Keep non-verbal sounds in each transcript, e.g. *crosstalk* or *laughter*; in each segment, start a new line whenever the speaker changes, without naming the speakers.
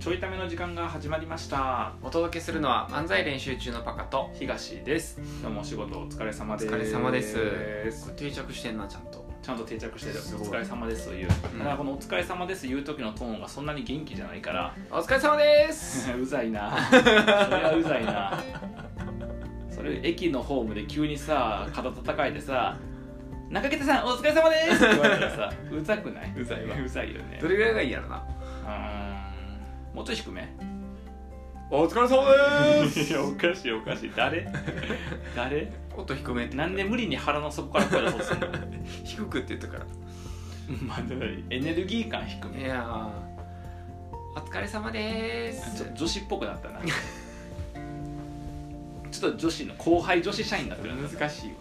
ちょいための時間が始まりました
お届けするのは漫才練習中のパカと
東ですどうもお仕事お疲れ様です
お疲れ様です定着してんなちゃんと
ちゃんと定着してる
す
お
ごい
疲れ様ですという、
うん
だからこのお疲れ様です言う時のトーンがそんなに元気じゃないから
*laughs* お疲れ様です
うざいなそれはうざいなそれ駅のホームで急にさ肩叩かれてさ「中桁さんお疲れ様です」って言われたらさうざくないう
ざいわ
うざいよね
どれぐらいがいいやろな
うーんもうちょい低め
お疲れ様
いやおかしいおかしい誰 *laughs* 誰
*laughs* 音低めって
なんで無理に腹の底から声出そうとするの
低くって言ったから
*laughs* まあだからエネルギー感低
い
め
やーお疲れ様で
ち
す
ょっと女子っぽくな *laughs* ったなちょっと女子の後輩女子社員になってるな
難しいわ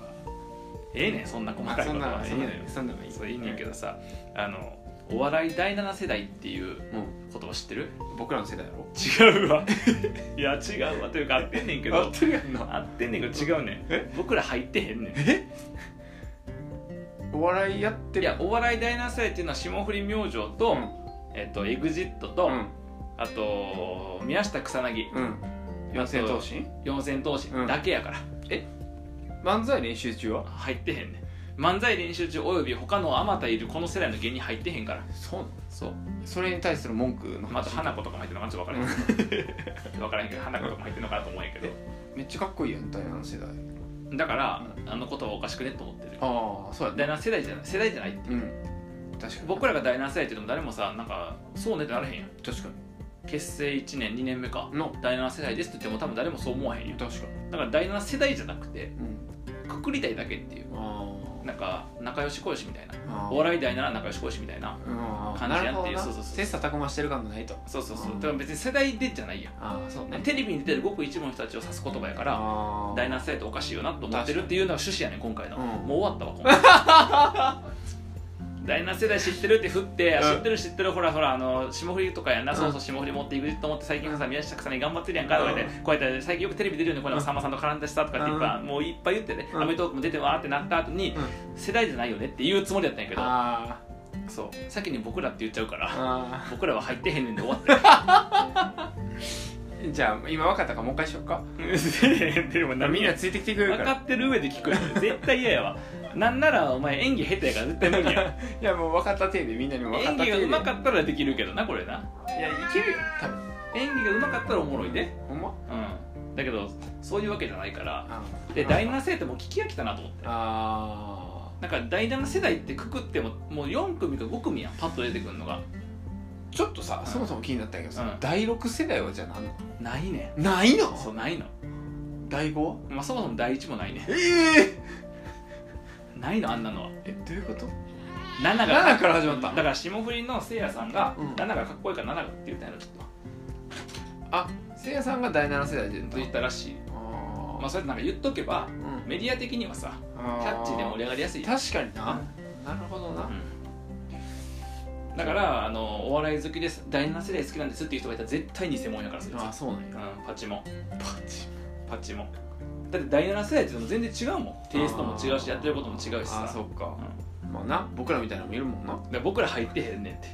ええねんそんな細かいこと
ま
は
あ
え
そ
え
んな
ね
のそんなのそんなのいい
んそういいねんけどさあのお笑い第7世代っていう
も
ことを知ってる
う僕らの世代やろ
違う *laughs* わいや違うわというか合ってんねんけど
てるやんな
合ってんねんけど違うね
え
ん僕ら入ってへんねん
お笑いやって
い
る
やお笑い第7世代っていうのは霜降り明星と、
うん
えっと、エグジットと、
うん
あと宮下草薙
うん四千頭身
四千頭
うん
身だけやから、
漫才練習中は
入ってへんねん漫才練習中および他のあまたいるこの世代の芸人入ってへんから
そうなの
そう
それに対する文句の話
また花子とかも入ってるのかちょっと分からへんけど分からへんけど花子とかも入ってるのかなと思うんやけど
めっちゃかっこいいやん第7世代
だから、
う
あのことはおかしくねと思ってる
ああそうや
第7世代じゃない世代じゃない
うん確かに
僕らが第7世代って言っても誰もさなんかそうねってならへんやん
確か
結成1年2年目か
にの
第7世代ですって言っても多分誰もそう思わへんやん
確かに
だから第7世代じゃなくて
うん
くくりたいだけっていう
あ
なんか仲良し恋しみたいな
あ
お笑い第7仲良し恋しみたいな
うん
感じやんっていう
なるほどな
そうそうそう
切磋琢磨してる感がないと
そうそうそう
うん
だから別に世代でじゃないや
ああそうん
テレビに出てるごく一部の人たちを指す言葉やから
ああ
第7世代っておかしいよなと思ってるっていうのが趣旨やねん今回の、
うん
もう終わったわ今 *laughs* 回第7世代知ってるって振って、
うん
知ってる知ってるほらほらあの霜降りとかやんな、
うん
そうそう霜降り持っていくと思って最近さ宮下草薙頑張ってるやんかとか言って、こうやって最近よくテレビ出るよねこれもさんまさんと絡んだしさとかっていっぱい、もういっぱい言ってね、
うん
アメトーークも出てわーってなった後に、
う
世代じゃないよねっていうつもりだったんやけど
あ
そう先に僕らって言っちゃうか
あ
ら
あ
僕らは入ってへんねんで終わったよ
あじゃあ今分かったからもう一回しよっか
でもな
みんなついてきてくれる
分
か
からってる上で聞くよ絶対嫌やわなんならお前演技下手やから絶対無理 *laughs* や
いやもう分かった体でみんなにも分かっ
演
た
技
体
が
で
うまかったらできるけどなこれない
やいけるよ多分
演技がうまかったらおもろいで
ほんま
うんだけどそういうわけじゃないから
あ
で第7世代ってもう聞き飽きたなと思って
あ
なんか第7世代ってくくってももう4組か5組やんパッと出てくるのが
ちょっとさ、
うん
そもそも気になったけどさ、
うん
第6世代はじゃあ何なの
ないね
ないの
んそうないの
第 5? は
まあそもそも第1もないね
ええ
ないのあんなのは
えどういうこと
7が
7から始まった
だから霜降りのせいやさんが
うん
「7がかっこいいから7が」って言ったんやろちょっと
あせいやさんが第7世代で出
と言ったらしい
あ
まあそれなんか言っとけば
うん
メディア的にはさ
タ
キャッチで盛り上がりやすいやん
確かにななるほどな
うんだからあのお笑い好きです第7世代好きなんですっていう人がいたら絶対偽物やからそれ、うん、
そうなんや
パチも
パチ
パチもだって第7世代って言っても全然違うもんテイストも違うしやってることも違うしさ
あーそっか
うん
まあな僕らみたいなのもいるもんな
だから僕ら入ってへんねんって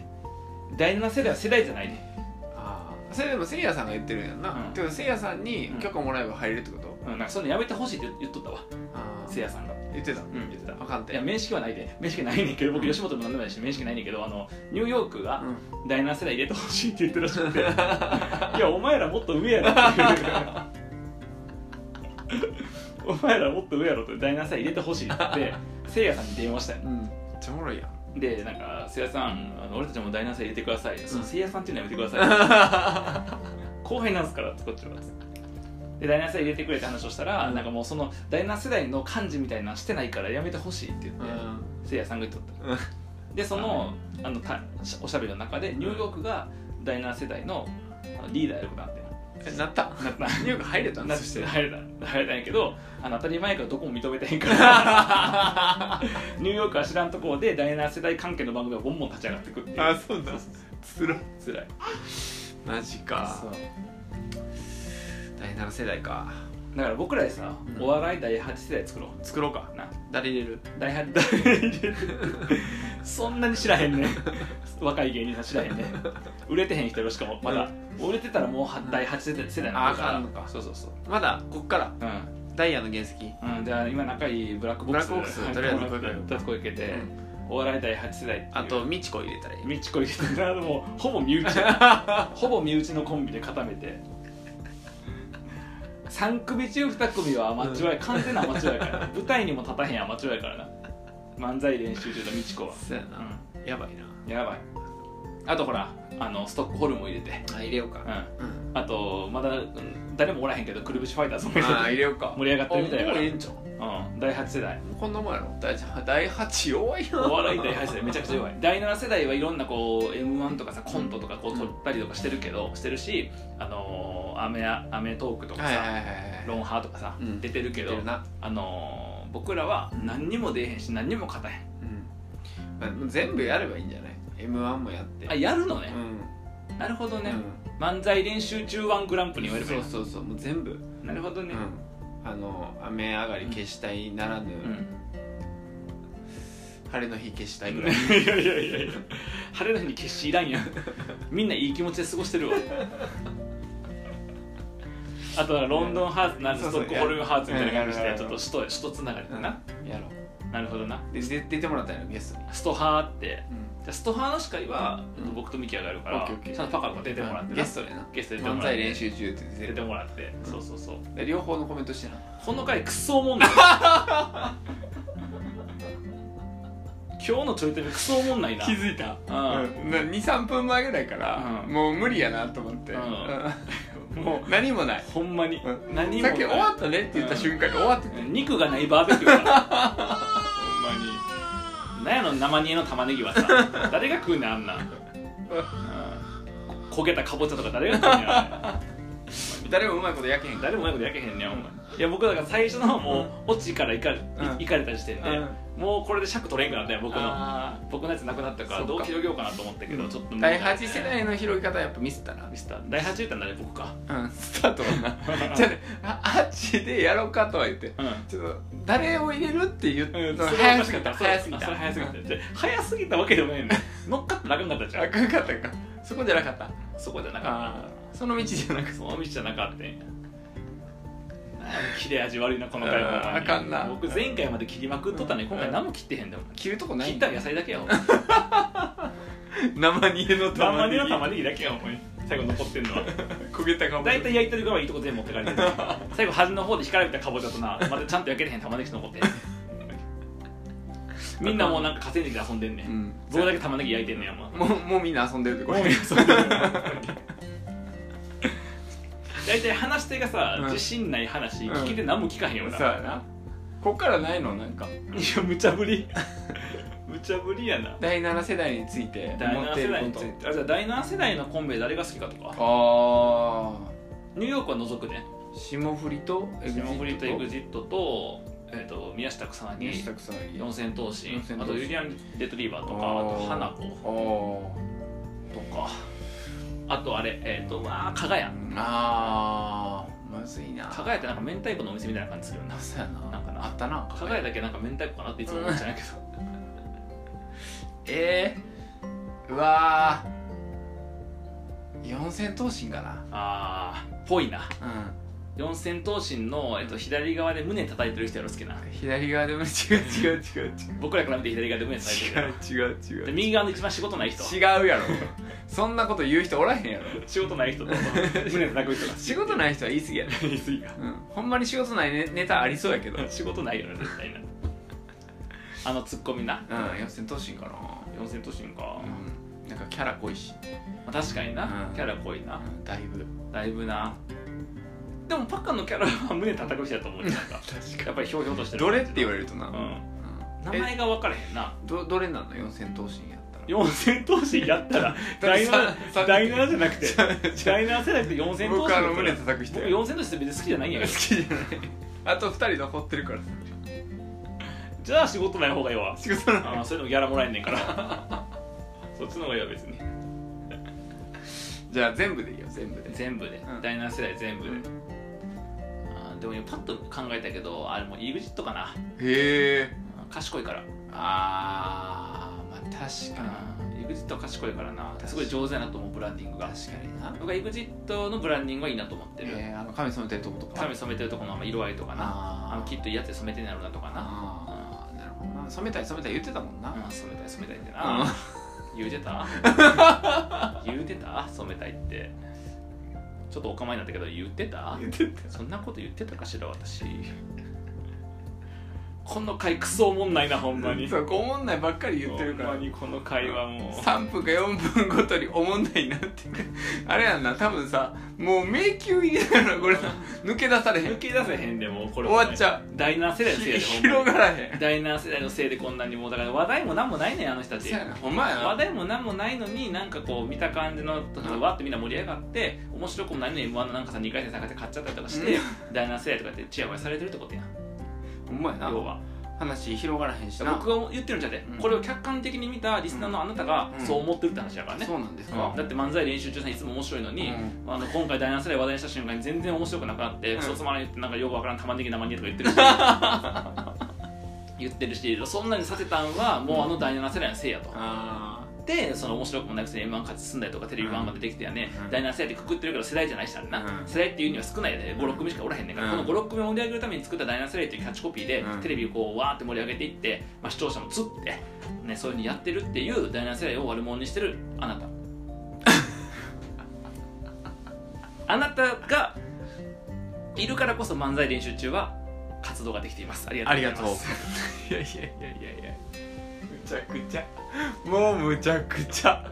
第7世代は世代じゃないね
ああそれでもせいやさんが言ってるんやんな、
うん
てかせいやさんに許可もらえば入れるってこと、
うんなんかそういうのやめてほしいって言っとったわ
ああ
せいやさんが
言ってた
ん言ってた
あかんて
いや面識はないで面識ないねんけど僕
うん
吉本も何でもないし面識ないねんけどあのニューヨークが
うん
第7世代入れてほしいって言ってるらしくていやお前らもっと上やろっていうお前らもっと上やろって第7世代入れてほしいって言ってせいやさんに電話したよ
うんめっちゃおもろい
*laughs*
やん
でなんか「せいやさんあの俺たちも第7世代入れてください」そう「せいやさんっていうのやめてください」
*laughs*
後輩なんすからこっちはで第7世代入れてくれって話をしたら、
うん
なんかもうその第7世代の漢字みたいなのしてないからやめてほしいって言って、
うん
せいやさんが言っとった
うん
でそのあのたおしゃべりの中でニューヨークが第7世代のあのリーダーやることなんて
えな
*laughs*
った
なった
ニューヨーク入れ *laughs* たん
な
で
っ
す
て入れた入れたんやけどあの当たり前やからどこも認めてへんから
*laughs*
ニューヨークは知らんところで第7世代関係の番組がボンボン立ち上がってくっていう
そうだつら
つらい
マジ
そ
か
う
第7世代か
だから僕らでさ、
うん
お笑い第8世代作ろ
作ろうか
うな
誰入れる
第8そんなに知らへんねん若い芸人さん知らへんね売れてへん人よしかもまだ、売れてたらもうは第8世代世代
あ
な
あ
んだか
からんのか
そうそうそう
まだこっから
うん、
ダイヤの原石
うん、じゃあ今仲いいブラックボックス
ブラックボックスとりあえず声かけ
とりあ
よう
えず声かけて、お笑い第8世代っていう
あとミチコ入れたらいい
みっちこいけてなもうほぼ身内
*laughs*
ほぼ身内のコンビで固めて3組中2組はアマチュアや完全なアマチュアやから舞台にも立たへんアマチュアやからな漫才練習中のみちこは、
そうやな、やばいな
うん、やばいあとほらあのストックホルムも入れて、
あ入れよう
う
か
ん、
うん
あとまだうん誰もおらへんけどくるぶしファイターズも
あ
*laughs* 入れて
ー入れようか
盛り上がってるみたいや
あ
か
も
ら
うええんちゃう
うん、第8世代
こんなもんやろ第第8弱いな
お笑い第8世代めちゃくちゃ弱い第7世代はいろんなこう m 1とかさコントとかこう撮ったりとかしてるけど、してるしあのーアメアアメトークとか
はい
さ、
はいはい
ロ
はい
ンハーとかさ、
うん
出てるけど
出てるな
あのー僕らは何にも出えへんし何にも勝たへん
うんまあもう全部やればいいんじゃない m 1もやって
あやるの
う
ね、
ん
なるほどね
う、ん
漫才練習中1グランプリ言わればいい
そう
の
そうそうもう全部
なるほどね、
うんあの雨上がり消したいならぬ、
うん
晴れの日消したい
い
ぐらい
やいやいやいや晴れの日に決していらんやんみんないい気持ちで過ごしてるわあとはロンドンハーツなんか
そ
ス
うそ
ト
う
ックホルムハーツみたいな感じ
や
で
る
ちょっと首都首都つながりだな、
やろ
なるほどな
うでで出てもらったんやろゲストに、
ストハーって
うん、
じゃあストハーの司会は
うん
僕とミキアがやるか
オッ
ら
ケーオッケー
ちゃんとパカとか出てもらってな
ゲストでな
ゲストで出ても
漫
らっ
才
て
練習中って出
出
て
てもらってそうそうそう
で両方のコメントしてな
この回クソおもんない
*laughs*
今日のちょい旅クソおもんないな
づいた
うん
23分前ぐらいから、
うん
もう無理やなと思って、
うん
うん *laughs* もう何もない
ほんまに、
うん
何も
さ
な
っ
い
き終わったねって言った瞬間に終わってて、
肉がないバーベ
*laughs*
キューやからほんまになんやの生煮えの玉ねぎはさ誰が食うねんあんなん、うん焦げたかぼちゃとか誰が食うねんあ
誰もうまいこと焼けへん
れ
か
誰もうまいこと焼けへんねんお前いや僕だから最初のもう落ちからいかれ,い、
うん
いかれた時点で、もうこれで尺取れんくなったよ僕の
ら
僕のやつなくなったか
そ
ら
っか
どう広げようかなと思ったけど、ちょっと無理
第8世代の広げ方やっぱミスったな
ミスター第8言ったんだね僕か
うん、スタートはなじゃあねああっちでやろうかとは言って
うん
ちょっと誰を入れるって言って、
うん、
そ
そ
の
れはお
早
か
す
し
ぎ
かったた
早すぎた
それ早すぎたで早すぎたわけでもないね *laughs* 乗っかってなくなかったじゃ
あ
ん
かんかったかそこじゃなかった
そこじゃなか
あーその道じゃなく
った
て
その道じゃなかったんやなんか切れ味悪いなこの回も
あーあかんな
僕前回まで切りまくっとったね
うん
今回何も切ってへんだもん
切るとこない
切ったら野菜だけ *laughs* やお
生煮えの
たま
玉
に
ね
の
ぎ
玉ねぎだけやお前最後残ってんのは *laughs*
焦げたかも
大体焼いてるぐらいいいとこ全部持ってかれ *laughs* てる最後端の方で干からびたかぼちゃとなまだちゃんと焼けてへん玉ねぎしか *laughs* 残ってへんみんなもうなんか稼いで遊んでんね
うんん
僕だけ玉ねぎ焼いてんねやもう
もうもうみんな遊んでるってこれ
大体話し手がさ、
うん
自信ない話
うん
聞き手何も聞かへんよな、
そうやなこっからないのなんか
いや無茶ぶり無茶ぶりやな
第7世代について
第
思っ
7
て
世
る
代
こと
とあじゃあ第7世代のコンビで誰が好きかとか
ああ
ニューヨークは除くね
霜降りとエグジット
霜降りとエグジットと,、えー、と宮下草
宮
薙
下草薙
四千頭身
四千頭身
あとユリアン・レトリーバーとかあと花子とかあとあれえっ、とまあ加賀
あ
屋
ーあーまずいな
加賀屋ってなんか明太子のお店みたいな感じするよな
そうやな
なんかな
あったな
加賀屋だけなんか明太子かなっていつも思っちゃうんやけど
えー、うわー四千頭身かな
あーぽいな
う
四千頭身の、えっと、左側で胸叩いてる人やろ好きなん
左側でも違う違う違う違う
僕らから見て左側で胸叩いてる人やろ
違う違う
で
違う
右側の一番仕事ない人
違うやろそんなこと言う人おらへんやろ
仕事ない人
*laughs*
と胸叩く人が
仕事ない人は言い過ぎやろ、
言い過ぎか
うん、ほんまに仕事ないネネタありそうやけどうん
仕事ないよね絶対なあのツッコミな
四千頭身かな
四千頭身か、
うんなんかキャラ濃いし、
まあ、確かにな、
うん、
キャラ濃いうなん
だいぶ
だいぶなでもパカのキャラは胸叩く人やと思うなんか
*laughs* 確
やっぱりひょうひょうとしてる
どれって言わ
れ
れるとな、
う
うん
ん名
え
前が分からへんな
どどれなの四千頭身やったら
四千頭身や *laughs* ったら第
ささ
7第7じゃなくて第7世代って四千頭身
僕あの胸
だったら
叩く人
僕
や
四千頭身って別に好きじゃないんや
好
けど
きじゃないあと二人残ってるから
じゃあ仕事ない方がいいわ
仕事ない
ああそういうのギャラもらえんねんからそっちの方がいいわ別に
じゃあ全部でいいよ全部で
全部で、
うん
第7世代全部で、あーでも今パッと考えたけどあれもう EXIT かな
へえ
賢いから
あーまあ確か
うん EXIT は賢いからな
確かに
すごい上手やなと思うブランディングが
確かにな
僕は EXIT のブランディングはいいなと思ってる、
えー、あの髪染めてるとことか
髪染めてるとこのまあ色合いとかなあ
あ
のきっといいやつで染めてんやろうなとかな
あーなるほどな染めたい染めたい言ってたもんな、
うん染めたい染めたいって
うん
な言うてた
*laughs*
言うてた染めたいってちょっとお構いなんだけど言ってた
言ってた
そんなこと言ってたかしら私 *laughs* この回クソおもんないなほんまに
そうおもんないばっかり言ってるから
ほんまにこの回はもう
3分か4分ごとにおもんないなって *laughs* あれやんな多分さもう迷宮入りだからこれ抜け出されへん
抜け出せへんでもうこれ
終わっちゃう
第7世代のせいで
ひ
ほんま
広
に
がらへん
第7世代のせいでこんなにもうだから話題も何もないねんあの人たち
そうやなほんまや
話
な
題も何もないのになんかこう見た感じのとか
うん
わってみんな盛り上がって面白くもないのに m 1のなんかさ2回戦3回戦買っちゃったりとかして
う
第7世代とかってチヤホヤされてるってことやん
ほんまやな
要は
話広がらへんしな
僕が言ってるんじゃね
うん
これを客観的に見たリスナーのあなたが
うん
そう思ってるって話だからね
そうなんですか、
だって漫才練習中さんいつも面白いのに、
う
あの今回第7世代話題にした瞬間に全然面白くなくなって、
うん
クソつまらないってなんかよくわからん玉ねぎ生煮とか言ってるし
*laughs*
言ってるしそんなにさせたんはもうあの第7世代のせいやと、
あ
でその面白くもなくて m 1勝ち進んだりとかテレビ番組でできてやね、
うん
第7世代ってくくってるけど世代じゃないしな、
うん
世代っていうには少ないで56組しかおらへんねんから、
うん
この56組を盛り上げるために作った第7世代っていうキャッチコピーで、
うん
テレビをこうわーって盛り上げていって、まあ、視聴者もつって、ね、そういうふうにやってるっていう第7世代を悪者にしてるあ
*laughs*
なたあなたがいるからこそ漫才練習中は活動ができていますあり
あり
が
が
と
と
う
う
ございます
い *laughs* やいやいやい
*laughs*
やいやむちゃくちゃもうむちゃくちゃ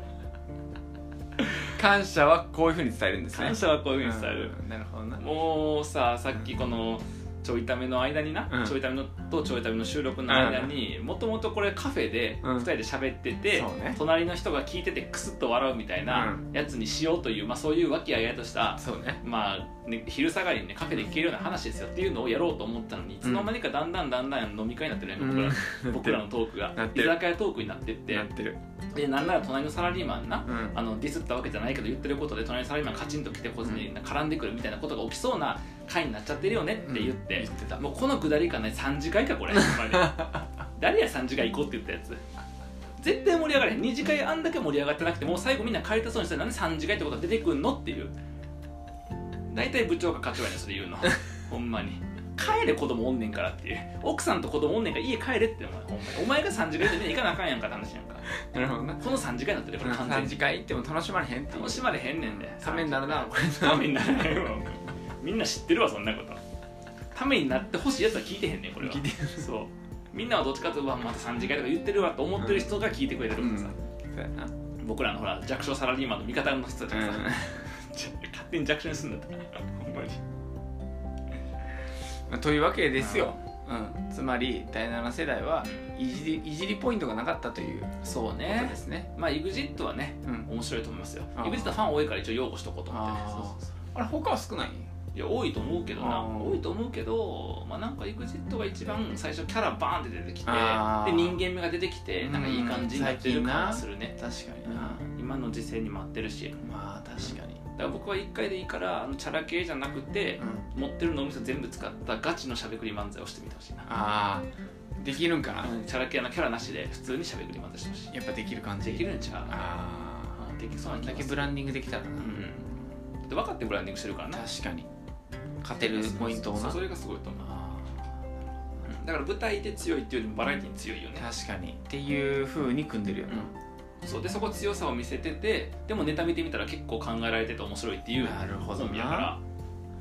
感謝はこういうふうに伝えるんですね
感謝はこういうふうに伝える、
うんなるほどな
もうささっきこのちょいための間にな、
うん
ちょいためのとちょいための収録の間にもともとこれカフェで
うん
2人で喋ってて、
そうね
隣の人が聞いててクスッと笑うみたいな
う
やつにしようという、まあ、そういう和気あいあいとした、
そうね
まあね、昼下がりに、ね、カフェで聞けるような話ですよっていうのをやろうと思ったのにいつの間にかだんだんだんだん飲み会になってるやんか、僕ら
うん
僕らのトークが
なって
居
る
酒屋トークになってって
なってる
でなんなら隣のサラリーマンな、
うん
あのディスったわけじゃないけど言ってることで隣のサラリーマンカチンと来てこずに絡んでくるみたいなことが起きそうな回になっちゃってるよねって言って,、
うん言ってた
もうこのくだりかね3次会かこ
*laughs*
れほんまに誰や3次会行こうって言ったやつ絶対盛り上がれへん2次会あんだけ盛り上がってなくてもう最後みんな帰りたそうにしてなんで3次会ってことが出てくんのっていう大体部長か課長やねんそれ言う
*laughs*
のほんまに帰れ子供おんねんからっていう奥さんと子供おんねんから家帰れってお前ほんまにお前が3次会でみんな行かなあかんやんかって話やんか
なるほどな
この3次会になってるから完全
3
に
次会行っても楽しまれへんっていう
楽しまれへんねんで
ためになる
*laughs*
なこれ
ためにならないわみんな知ってるわそんなことためになってほしいやつは聞いてへんねんこれは
聞いて
そうみんなはどっちかというとうわまた3次会とか言ってるわと思ってる人が聞いてくれてるからさ、
そうやな
僕らのほら弱小サラリーマンの味方の人たちがさ、
うん
勝手に弱小にすんだったらほんまに
まあというわけですよ、うん、つまり第7世代はいじりいじりポイントがなかったというこ
そう
と
ね
ですね、
まあ EXIT はね
うん、
面白いと思いますよ
あー
EXIT はファン多いから一応擁護しとこうと思ってね
あー
そうそうそう
あれ他は少ない
いや多いと思うけどな
あー
多いと思うけど、まあ、なんか EXIT が一番最初キャラバーンって出てきてで
あー
人間味が出てきてなんかいい感じになってる感
うん
がするね、
確かにな
うん今の時勢にも合ってるし
まあ確かに
だから僕は1回でいいからあのチャラ系じゃなくて、
うん
持ってる脳みそ全部使ったガチのしゃべくり漫才をしてみてほしいな、
ああできるんかな
うんチャラ系のキャラなしで普通にしゃべくり漫才してほしい
やっぱできる感じ
できるんちゃう
あ
うんできそう
あ
な
あん
気
だ
が
け
す
ブ
る
ランディングできたらな、
うんだって分かってブランディングしてるからな
確かに勝てるポイントを
そ
な
うそれがすごいと思う
あ
うんだから舞台で強いっていうよりもバラエティに強いよね
ー確かにっていうふうに組んでるよな、
そうでそこ強さを見せててでもネタ見てみたら結構考えられてて面白いっていう
なるほど
コ
な
ンビやから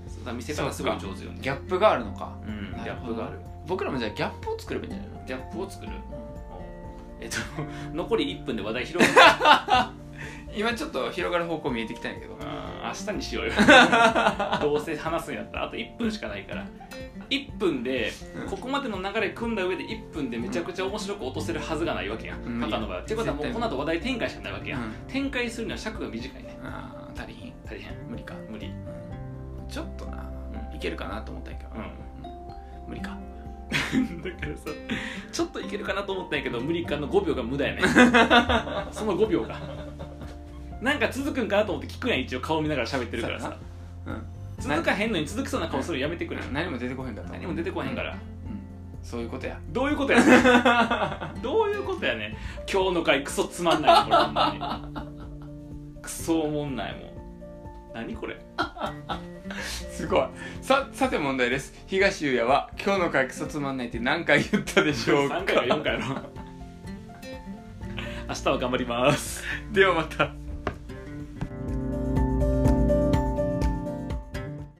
そうだから見せ方すごい上手よね
ギャップがあるのか
うんギャップがある
僕らもじゃあギャップを作ればいいんじゃないの
ギャップを作る
う
えっと *laughs* 残り1分で話題広げる
今ちょっと広がる方向見えてきたんやけど
うん明日にし
*laughs*
ようよどうせ話すんやったらあと1分しかないから1分で
うん
ここまでの流れ組んだ上で1分でめちゃくちゃ面白く落とせるはずがないわけやん、
うん
パカの場合はってことはもう
絶対
この後話題展開しかないわけやん、
うん
展開するには尺が短いね
あー足りひん
大変
無理か、
無理
うんちょっとな、いけるかなと思ったんやけど、うん無理か
*laughs* だからさちょっといけるかなと思ったんやけど無理かの5秒が無駄やね
*laughs*
その5秒がなんか続くんかなと思って聞くやん一応顔見ながら喋ってるからさ
そうやな
続
うん
かへんのに続きそうな顔するのやめてくれ
何も出てこへんかった
何も出てこへんから
うんそういうことや
どういうことやねんどういうことやねん今日の回クソつまんないこれほんまにクソおもんないもん何これ
すごいささて問題です東優也は「今日の回クソつまんない」って何回言ったでしょうか
3回か4回やろ明日は頑張ります
ではまた